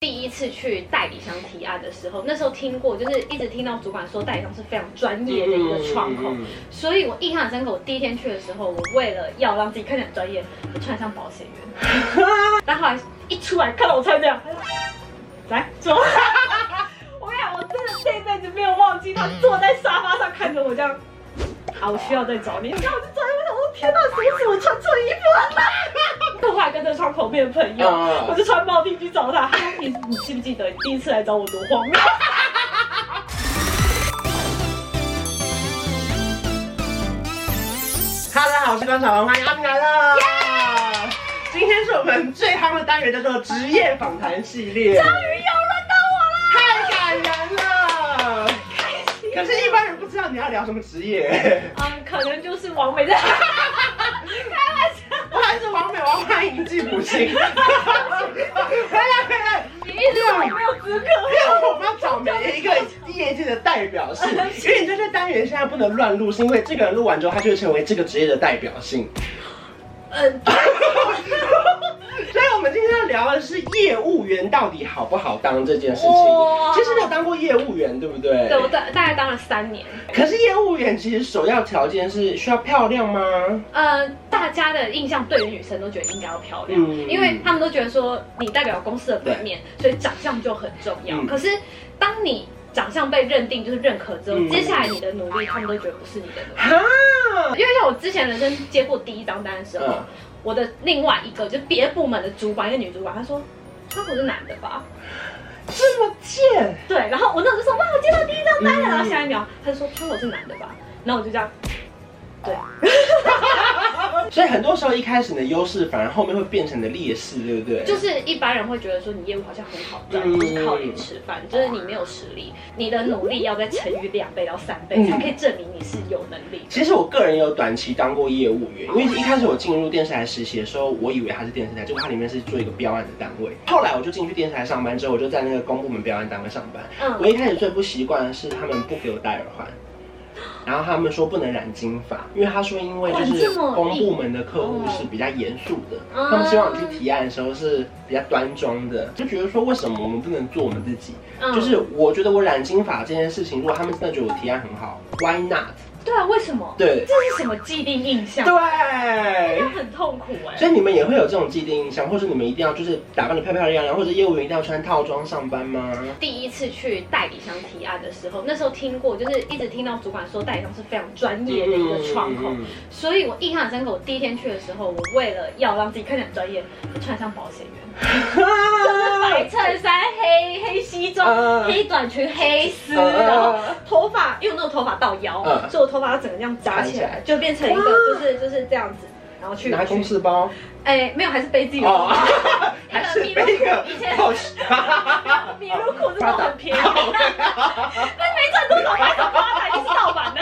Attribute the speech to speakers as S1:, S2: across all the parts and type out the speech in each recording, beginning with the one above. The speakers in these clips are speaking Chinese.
S1: 第一次去代理商提案的时候，那时候听过，就是一直听到主管说代理商是非常专业的一个窗口，
S2: 嗯嗯嗯
S1: 所以我印象很深刻。我第一天去的时候，我为了要让自己看起来很专业，我穿得像保险员， 但后来一出来看到我穿这样，来坐。 我跟你讲，我真的这辈子没有忘记他坐在沙发上看着我这样。好，我需要再找你。你看，我就坐在那边，我说天哪，谁使我穿错衣服了？ 后来跟这个窗口变朋友，
S2: 嗯
S1: 我就穿毛巾去找他。他说你你记不记得你第一次来找我多荒谬？
S2: 哈喽，大家好，我是关晓彤，欢迎阿明来了。今天是我们最夯的单元，叫做职业访谈系列，
S1: 终于有轮到我了，
S2: 太感人了。
S1: 开心。
S2: 可是，一般人不知道你要聊什么职业。
S1: 嗯，可能就是王美在 开玩笑，
S2: 我还是王美王欢迎进 补星。回来回来，
S1: 你一直说我没有资格。
S2: 因为我们要找每一个业界的代 表性，因为你这些单元现在不能乱录，是因为这个人录完之后，他就会成为这个职业的代表性。
S1: 嗯，
S2: 所以，我们今天要聊的是业务员到底好不好当这件事情
S1: 哇。
S2: 其实你有当过业务员，对不对？
S1: 对我大大概当了三年。
S2: 可是业务员其实首要条件是需要漂亮吗？
S1: 呃，大家的印象对于女生都觉得应该要漂亮，
S2: 嗯
S1: 因为他们都觉得说你代表公司的本面，所以长相就很重要。
S2: 嗯
S1: 可是当你长相被认定就是认可之后，
S2: 嗯
S1: 接下来你的努力，他们都觉得不是你的努力。
S2: 哈，
S1: 因为像我之前人生接过第一张单的时候，
S2: 嗯
S1: 我的另外一个就别部门的主管，一个女主管，她说。他不是男的吧？
S2: 这么贱，
S1: 对，然后我那时候说哇，我接到第一张单了，
S2: 嗯
S1: 然后下一秒她就说川我是男的吧？然后我就这样，对，
S2: 所以很多时候一开始你的优势，反而后面会变成你的劣势，对不对？
S1: 就是一般人会觉得说你业务好像很好赚，
S2: 嗯
S1: 不是靠脸吃饭，就是你没有实力，你的努力要再乘以两倍到三倍，
S2: 嗯
S1: 才可以证明你是有能力。
S2: 其实我个人有短期当过业务员，因为一开始我进入电视台实习的时候，我以为它是电视台，结果它里面是做一个标案的单位。后来我就进去电视台上班之后，我就在那个公部门标案单位上班。
S1: 嗯
S2: 我一开始最不习惯的是他们不给我戴耳环，然后他们说不能染金发，因为他说因为就是
S1: 哇这么哦
S2: 公部门的客户是比较严肃的，
S1: 嗯
S2: 他们希望你去提案的时候是比较端庄的，就觉得说为什么我们不能做我们自己？
S1: 嗯，
S2: 就是我觉得我染金发这件事情，如果他们真的觉得我提案很好，Why not？
S1: 对啊，为什么？
S2: 对
S1: 这。是什么既定印象？
S2: 对
S1: 那，很痛苦哎、
S2: 所以你们也会有这种既定印象，或者你们一定要就是打扮的漂漂亮亮，或者业务员一定要穿套装上班吗？
S1: 第一次去代理商提案的时候，那时候听过，就是一直听到主管说代理商是非常专业的一个窗口，
S2: 嗯
S1: 所以我印象很深刻。我第一天去的时候，我为了要让自己看起来很专业，我穿得像保险员。
S2: 啊
S1: 白衬衫、黑黑西装、
S2: 嗯
S1: 黑短裙、黑丝，
S2: 嗯嗯
S1: 然后头发，因为我那个头发到腰，
S2: 嗯
S1: 所以我头发要整个这样扎起
S2: 扎起
S1: 来
S2: 来，
S1: 就变成一个就是就是这样子，然后去
S2: 拿公
S1: 去，
S2: 事包
S1: 哎，没有，还是背自己的包
S2: 哦
S1: 包。，
S2: 还是背一个
S1: 以前
S2: 套装。
S1: 比如裤这种很便宜，但 没赚多少，还是花在你盗版的。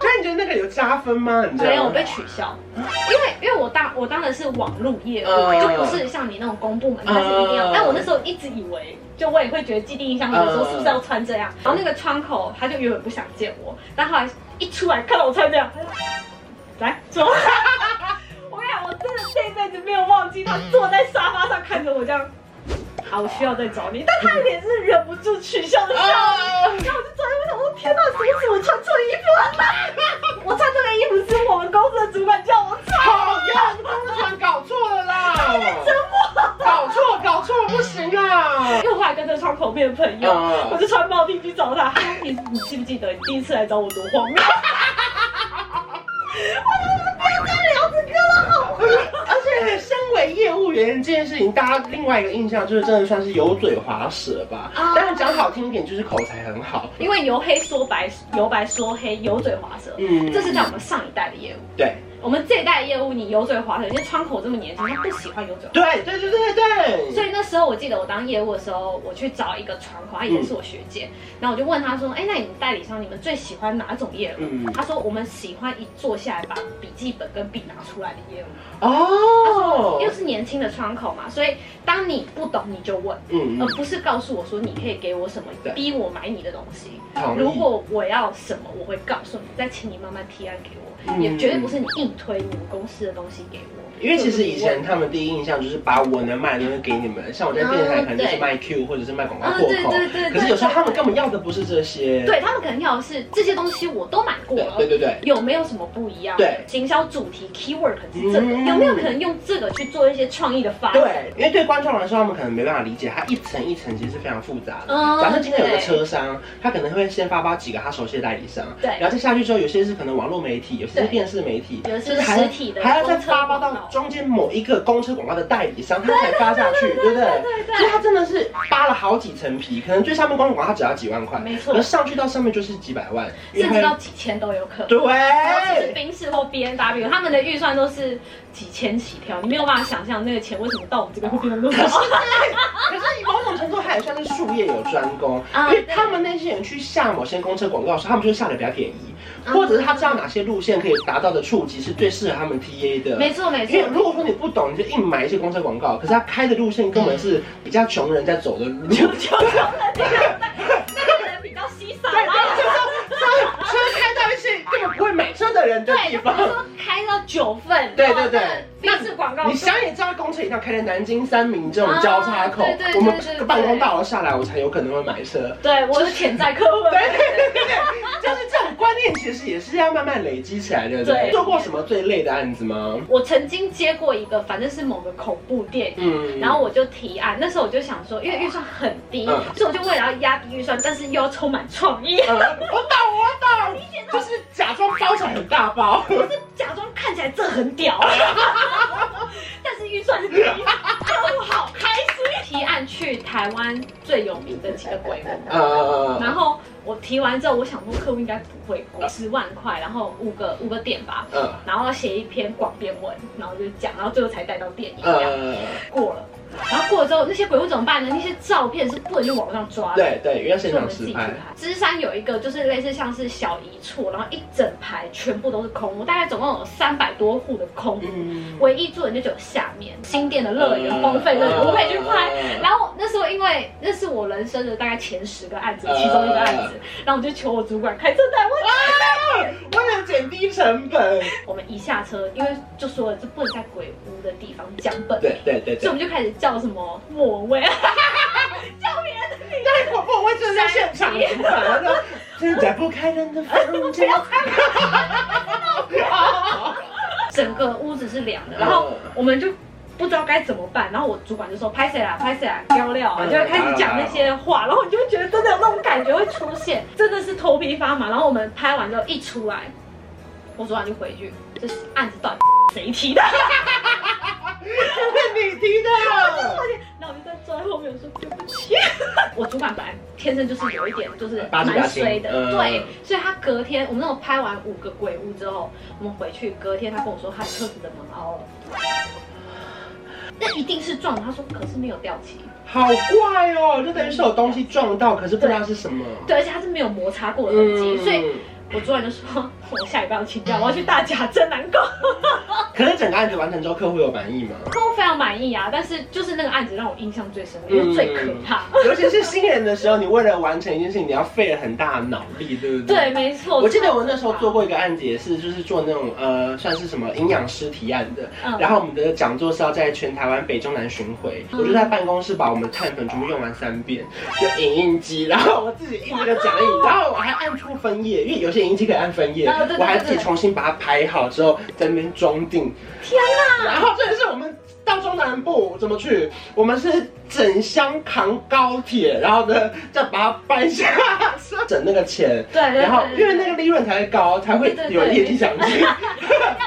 S2: 所以你觉得那个有加分吗？你知道吗
S1: 没有，我被取消，因为因为我当我当的是网络业务，
S2: 嗯
S1: 就不是像你那种公部门，它是一定要。
S2: 嗯
S1: 但我那时候一直以为，就我也会觉得既定印象，有时候是不是要穿这样？
S2: 嗯
S1: 然后那个窗口他就原本不想见我，但后来一出来看到我穿这样，他就来坐。我跟你讲，我真的这辈子没有忘记他坐在沙发上看着我这样。好，我需要再找你，但他的脸是忍不住取笑的笑容。
S2: 啊
S1: 然后我就坐在那边想说，天哪，谁使我穿错衣服了？ 我穿这个衣服是我们公司的主管叫我穿。
S2: 好呀，你们公司团搞错 了啦！搞错，搞错，不行啊！
S1: 又后来跟这个窗口变朋友，
S2: 嗯
S1: 我就穿毛巾去找他。他说你你记不记得你第一次来找 我多荒谬？
S2: 而且，身为业务员这件事情，大家另外一个印象就是，真的算是油嘴滑舌吧。
S1: 啊
S2: 当然讲好听一点，就是口才很好。
S1: 因为由黑说白，由白说黑，油嘴滑舌，
S2: 嗯
S1: 这是在我们上一代的业务。
S2: 对
S1: 我们这一代的业务，你油嘴滑舌，因为窗口这么年轻，他不喜欢油嘴滑舌。
S2: 对对对对对。
S1: 所
S2: 以
S1: 以那时候我记得我当业务的时候，我去找一个窗口，她以前是我学姐，然后我就问她说：“哎、那你们代理商你们最喜欢哪种业务？”
S2: 嗯
S1: 她说：“我们喜欢一坐下来把笔记本跟笔拿出来的业务，
S2: 哦
S1: 又，是年轻的窗口嘛，所以当你不懂你就问。”
S2: 嗯
S1: 而不是告诉我说你可以给我什么
S2: 对，
S1: 逼我买你的东西
S2: 同。意
S1: 如果我要什么，我会告诉你，再请你慢慢提案给我，
S2: 嗯
S1: 也绝对不是你硬推你们公司的东西给我。
S2: 因为其实以前他们第一印象就是把我能卖的东西给你们，像我在电视台可能就是卖 Q 或者是卖广告
S1: 啊，
S2: 破
S1: 哦对
S2: 口，
S1: 对对。
S2: 可是有时候他们根本要的不是这些。
S1: 对他们可能要的是这些东西我都买过
S2: 对
S1: 了，
S2: 对对对，
S1: 有没有什么不一样？
S2: 对
S1: 行销主题 keyword 可能是这个，
S2: 嗯
S1: 有没有可能用这个去做一些创意的发展？
S2: 对，因为对观众来说，他们可能没办法理解，它一层一层其实是非常复杂的。
S1: 嗯
S2: 假设今天有个车商，他可能会先发包几个他熟悉的代理商，
S1: 对
S2: 然后再下去之后，有些是可能网络媒体，有些是
S1: 对
S2: 电视媒体，
S1: 有的是
S2: 就是还
S1: 实体的
S2: 还要再
S1: 公车
S2: 发包
S1: 广
S2: 到
S1: 告
S2: 中间某一个公车广告的代理商，他才发下去，对不对？
S1: 对对
S2: 所以他真的是扒了好几层皮，可能最上面光广告他只要几万块，
S1: 没错
S2: 可是上去到上面就是几百万，
S1: 甚
S2: 因为
S1: 至到几千都有可能。
S2: 对，
S1: 然后就是宾士或 B N W，他们的预算都是几千起跳，你没有办法想象那个钱为什么到我们这边会变成多少。
S2: 可是某种程度，他也算是术业有专攻，
S1: 啊
S2: 因为他们那些人去下某些公车广告的时候，他们就是下的比较便宜，
S1: 啊
S2: 或者是他知道哪些路线可以达到的触及是最适合他们 TA 的。
S1: 没错没
S2: 因为
S1: 错，
S2: 如果说你不懂，你就硬买一些公车广告，可是他开的路线根本是比较穷人在走的路。
S1: 嗯就就就那个人比较稀少啊。
S2: 车开到一些根本不会买车的人的
S1: 对，
S2: 地
S1: 就比如
S2: 方。
S1: 说开到九份，
S2: 对对对，
S1: 宾士广告
S2: 你想也知道，公车一定要开在南京、三明这种交叉口
S1: 啊对对，对
S2: 我们
S1: 对对
S2: 办公大楼下来，我才有可能会买车。
S1: 对我的潜在客户，
S2: 就是这种观念，其实也是要慢慢累积起来的。对不对，
S1: 对
S2: 做过什么最累的案子吗？
S1: 我曾经接过一个，反正是某个恐怖电影。
S2: 嗯，
S1: 然后我就提案，那时候我就想说，因为预算很低，
S2: 嗯
S1: 所以我就为了要压低预算，但是又要充满创 意，
S2: 嗯，我懂，我懂，就是假装包起来很大包，
S1: 就是假装看起来这很 屌，但是预算是低，我好开心。提案去台湾最有名的几个鬼屋，然
S2: 呃，
S1: 后我提完之后，我想说客户应该不会过十万块，然后五个五个点吧，
S2: 呃，
S1: 然后写一篇广编文，然后就讲，然后最后才带到电影这样。
S2: 呃，
S1: 过了，然后过了之后，那些鬼屋怎么办呢？那些照片是不能去网上抓的。
S2: 对对，因为
S1: 所
S2: 现
S1: 以我
S2: 场
S1: 们自
S2: 实
S1: 己去
S2: 拍
S1: 拍。。芝山有一个就是类似像是小一处，然后一整排全部都是空屋，大概总共有三百多户的空屋，
S2: 嗯，
S1: 唯一住人就只有下面新店的乐园、荒废乐园，
S2: 呃
S1: 我可以去拍。然后那时候因为那是我人生的大概前十个案子
S2: 呃
S1: 其中一个案子，然后我就求我主管开车带我
S2: 啊为了减低成本，
S1: 我们一下车，因为就说了这不能在鬼屋的地方讲本名
S2: 对，
S1: 所
S2: 对对
S1: 以
S2: 对
S1: 我，们就开始叫什么啊莫文蔚。
S2: 太恐怖！我真的在现场怎么了呢？真的不开灯的房间。
S1: 整个屋子是凉的，然后
S2: 嗯
S1: 我们就不知道该怎么办，然后我主管就说拍谁啦，拍谁啦，飙料啊，
S2: 嗯
S1: 就会开始讲那些话，然后你就会觉得真的有那种感觉会出现，真的是头皮发麻。然后我们拍完之后一出来，我主管就回去，这是案子到底谁提的？
S2: 你听到？
S1: 然后我就在坐在后面说对不起， 我主管本来天生就是有一点就是
S2: 八十八
S1: 蛮
S2: 星
S1: 衰的，
S2: 嗯
S1: 对，所以他隔天我们那种拍完五个鬼屋之后，我们回去隔天他跟我说他车子的门凹了，那一定是撞的，他说可是没有掉漆，
S2: 好怪哦，就等于是有东西撞到，可是不知道是什么。
S1: 对，而且他是没有摩擦过的痕
S2: 嗯
S1: 迹，所以我主管就说我下礼拜要请假，我要去大甲真难搞，
S2: 可是整个案子完成之后，客户有满意吗？
S1: 客户非常满意啊，但是就是那个案子让我印象最深刻，因为最可
S2: 嗯
S1: 怕，
S2: 尤其是新人的时候，你为了完成一件事情，你要费了很大的脑力，对不对？
S1: 对，。没错，
S2: 我记得我那时候
S1: 超可怕
S2: 做过一个案子，也是就是做那种呃，算是什么营养师提案的。
S1: 嗯
S2: 然后我们的讲座是要在全台湾北中南巡回，
S1: 嗯
S2: 我就在办公室把我们碳粉全部用完三遍，就影印机，然后我自己一个讲义，然后我还按出分页，因为有些影印机可以按分页
S1: 啊对对，对啊
S2: 我还自己重新把它排好之后在那边装订。
S1: 天哪！
S2: 然后这也是我们到中南部怎么去？我们是整箱扛高铁，然后呢再把它搬下车，整那个钱。
S1: 对对对
S2: 然后
S1: 对
S2: 因为那个利润才会高，才会有业绩奖金，
S1: 要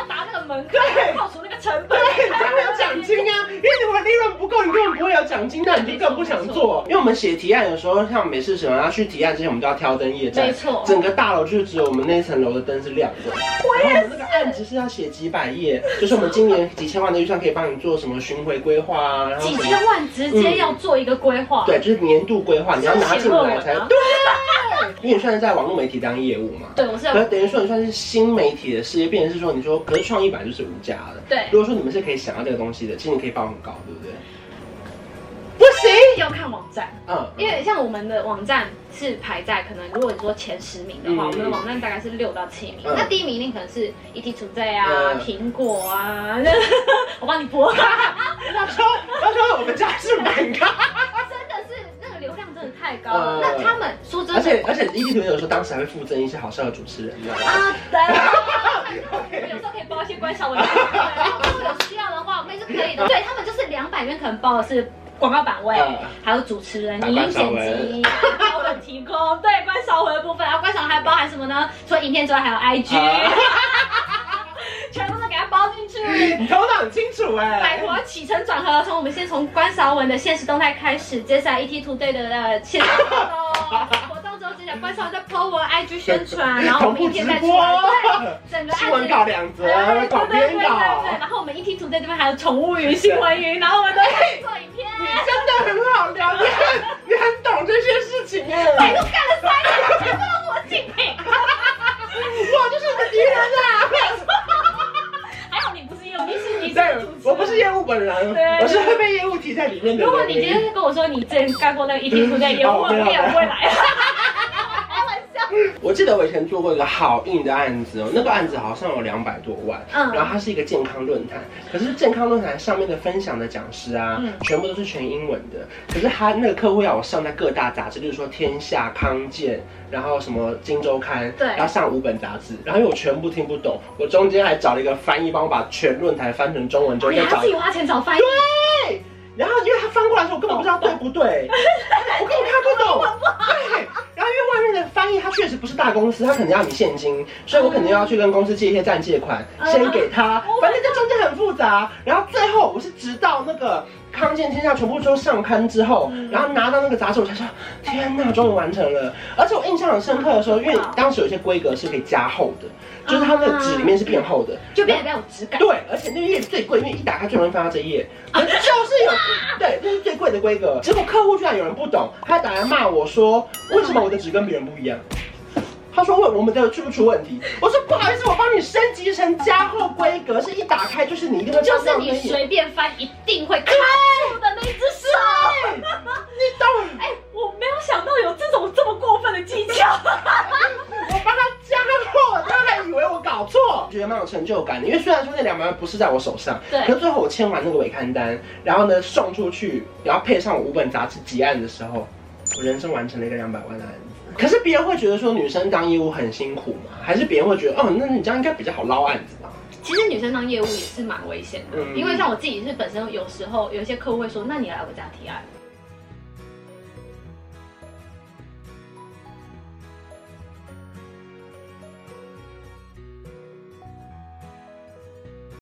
S1: 达那个门槛，
S2: 对
S1: 扣除那个成本，
S2: 对，才会有奖金啊！因为你们利润不够，你根本不会有奖金，那你就更不想做。因为我们写提案有时候，像每次什么要去提案之前，我们都要挑灯夜战，
S1: 没错
S2: 整个大楼就是只有我们那一层楼的灯是亮的。
S1: 我
S2: 然后我
S1: 也
S2: 们那个案子是要写几百页，就是我们今年几千万的预算可以帮你做什么巡回规划啊，然后
S1: 几
S2: 什么
S1: 千万直接要做一个规划，
S2: 对，就是年度规划，你要拿进来才
S1: 是写论文啊
S2: 对。因为你算是在网络媒体当业务嘛，
S1: 对，我是有
S2: 可是等于说你算是新媒体的事业，变成是说你说，可是创意本来就是无价的。
S1: 对
S2: 如果说你们是可以想到这个东西的，其实你可以报很高，对不对？不行，
S1: 定要看网站，
S2: 嗯，
S1: 因为像我们的网站是排在可能，如果你说前十名的话，
S2: 嗯
S1: 我们的网站大概是六到七名。
S2: 嗯
S1: 那第一名一定可能是 ET 存在啊
S2: 嗯、
S1: 苹果啊， 我帮你 播。
S2: 他说他说我们家是蛮高，
S1: 真的是那个流量真的太高了。
S2: 嗯
S1: 那他们说真
S2: 而且
S1: 的
S2: 而且 ET 图有时候当时还会附赠一些好笑的主持人，你知道吗？
S1: 啊，对，我有时候可以包一些关小文，然后如果有需要的话，我们 也是可以的。对他们就是两百元可能包的是。广告版位
S2: 嗯，
S1: 还有主持人、
S2: 还
S1: 影
S2: 有
S1: 音
S2: 关少
S1: 剪
S2: 文
S1: 辑、标本提供，对关少文的部分，然后关少文还包含什么呢？除了影片之外，还有 IG，
S2: 啊
S1: 全部都给它包进去。
S2: 你头脑很清楚哎、
S1: 摆脱起承转合，从我们先从关少文的现实动态开始，接下来 ET 图队的呃现实活动，活动之后接下来关少文在 po 文 IG 宣传，然后我们影片再出来，对，整个
S2: 新闻稿两则，广编稿，
S1: 然后我们 ET 图队这边还有宠物云、新闻云，然后我们都在做影片，
S2: 你真的很好聊，你很你很懂这些事情哎、
S1: 我都干了三年，这我敬佩。
S2: 我就是你的敌人啦！
S1: 还好你不是业务，你是你
S2: 对
S1: 是主持，
S2: 我不是业务本人
S1: 对，
S2: 我是会被业务提在里面的人。
S1: 如果你今天是跟我说你之前干过那个 ET 图 队业务，我也不会来。开玩笑。
S2: 我记得我以前做过一个好硬的案子哦，那个案子好像有两百多万，
S1: 嗯
S2: 然后它是一个健康论坛，可是健康论坛上面的分享的讲师啊，
S1: 嗯
S2: 全部都是全英文的，可是他那个客户要我上在各大杂志，例如说《天下》《康健》，然后什么《金周刊》，
S1: 对
S2: 要上五本杂志，然后因为我全部听不懂，我中间还找了一个翻译帮我把全论坛翻成中文之后，
S1: 你
S2: 再
S1: 还要
S2: 找
S1: 自己花钱找翻译，
S2: 对，啊然后因为他翻过来的时候，我根本不知道对不对，我根本看不懂。对，然后因为外面的翻译他确实不是大公司，他可能要你现金，所以我可能要去跟公司借一些暂借款，
S1: 嗯
S2: 先给他
S1: 嗯。
S2: 反正这中间很复杂。然后最后我是直到那个。康健天下全部都上刊之后，然后拿到那个杂志，我才说天呐，终于完成了！而且我印象很深刻的时候，因为当时有一些规格是可以加厚的，就是它那个纸里面是变厚的，
S1: 就变得比较有质感。
S2: 对，而且那个页最贵，因为一打开最容易翻到这一页，可是就是有，
S1: 啊
S2: 对，这是最贵的规格。结果客户居然有人不懂，他打来骂我说，为什么我的纸跟别人不一样？他说问我们的出不出问题？我说不好意思，我帮你升级成加厚规格，是一打开就是你一定会
S1: 就
S2: 看
S1: 是
S2: 到那
S1: 你
S2: 一页。
S1: 随便翻一定会卡住的那一只手。
S2: 你懂？
S1: 哎、我没有想到有这种这么过分的技 巧。
S2: 我帮他加厚，他还以为我搞错，觉得蛮有成就感的。因为虽然说那两百万不是在我手上，
S1: 对
S2: 可是最后我签完那个尾刊单，然后呢送出去，然后配上我五本杂志结案的时候，我人生完成了一个两百万的案子。可是别人会觉得说女生当业务很辛苦嘛？还是别人会觉得，哦，那你这样应该比较好捞案子吧？
S1: 其实女生当业务也是蛮危险的，
S2: 嗯
S1: 因为像我自己是本身有时候有一些客户会说，那你来我家提案，